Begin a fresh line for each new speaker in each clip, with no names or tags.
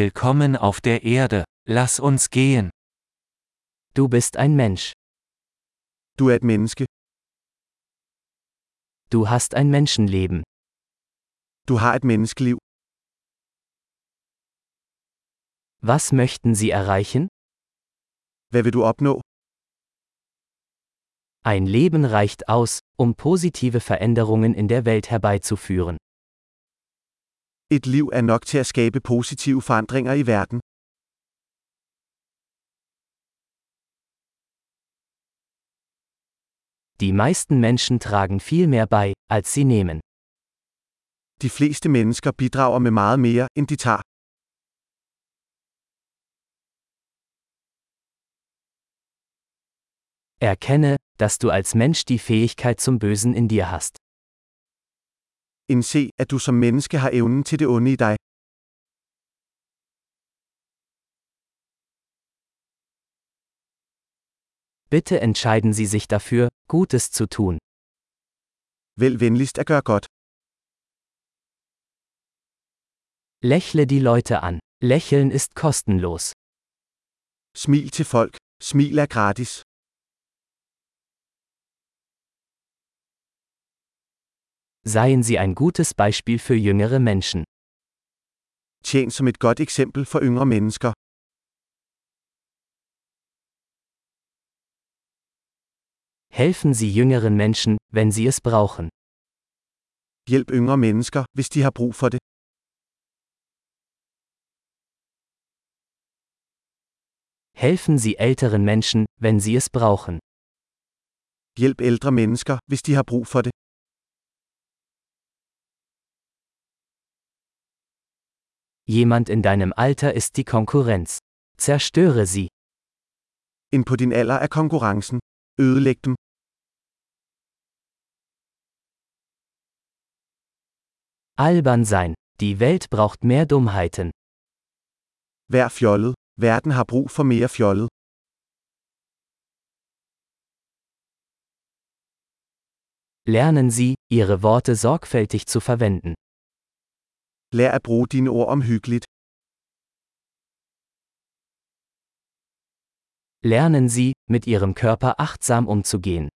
Willkommen auf der Erde, lass uns gehen.
Du bist ein Mensch.
Du er et menneske.
Du hast ein Menschenleben.
Du har et menneskeliv.
Was möchten Sie erreichen?
Hvad vil du opnå?
Ein Leben reicht aus, um positive Veränderungen in der Welt herbeizuführen.
Et liv er nok til at skabe positive forandringer i verden.
Die meisten Menschen tragen viel mehr bei, als sie nehmen.
De fleste mennesker bidrager med meget mere, end de tager.
Erkenne, dass du als Mensch die Fähigkeit zum Bösen in dir hast.
Indse, at du som menneske har evnen til det onde i dig.
Bitte entscheiden Sie sich dafür, Gutes zu tun.
Vælg venligst at gøre godt.
Lächle die Leute an. Lächeln ist kostenlos.
Smil til folk. Smil er gratis.
Seien Sie ein gutes Beispiel für jüngere Menschen.
Tjen som et godt eksempel for yngre mennesker.
Helfen Sie jüngeren Menschen, wenn sie es brauchen.
Hjælp yngre mennesker, hvis de har brug for det.
Helfen Sie älteren Menschen, wenn sie es brauchen.
Hjælp ældre mennesker, hvis de har brug for det.
Jemand in deinem Alter ist die Konkurrenz. Zerstöre sie.
En på din alder er konkurrencen. Ødelæg dem.
Albern sein. Die Welt braucht mehr Dummheiten.
Vær fjollet. Verden har brug for mere fjollet.
Lernen Sie, Ihre Worte sorgfältig zu verwenden.
Lær at bruge dine ord omhyggeligt.
Lernen Sie, mit Ihrem Körper achtsam umzugehen.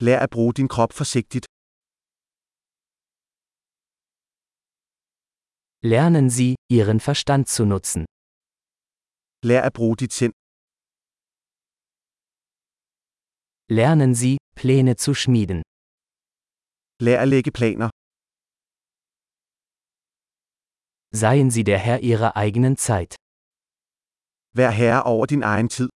Lær at bruge din krop forsigtigt.
Lernen Sie, Ihren Verstand zu nutzen.
Lær at bruge dit sind.
Lernen Sie, Pläne zu schmieden.
Lær at lægge planer.
Seien Sie der Herr Ihrer eigenen Zeit.
Vær herre over din egen tid.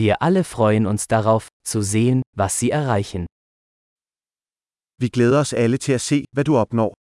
Wir alle freuen uns darauf, zu sehen, was Sie erreichen.
Vi glæder os alle til at se, hvad du opnår.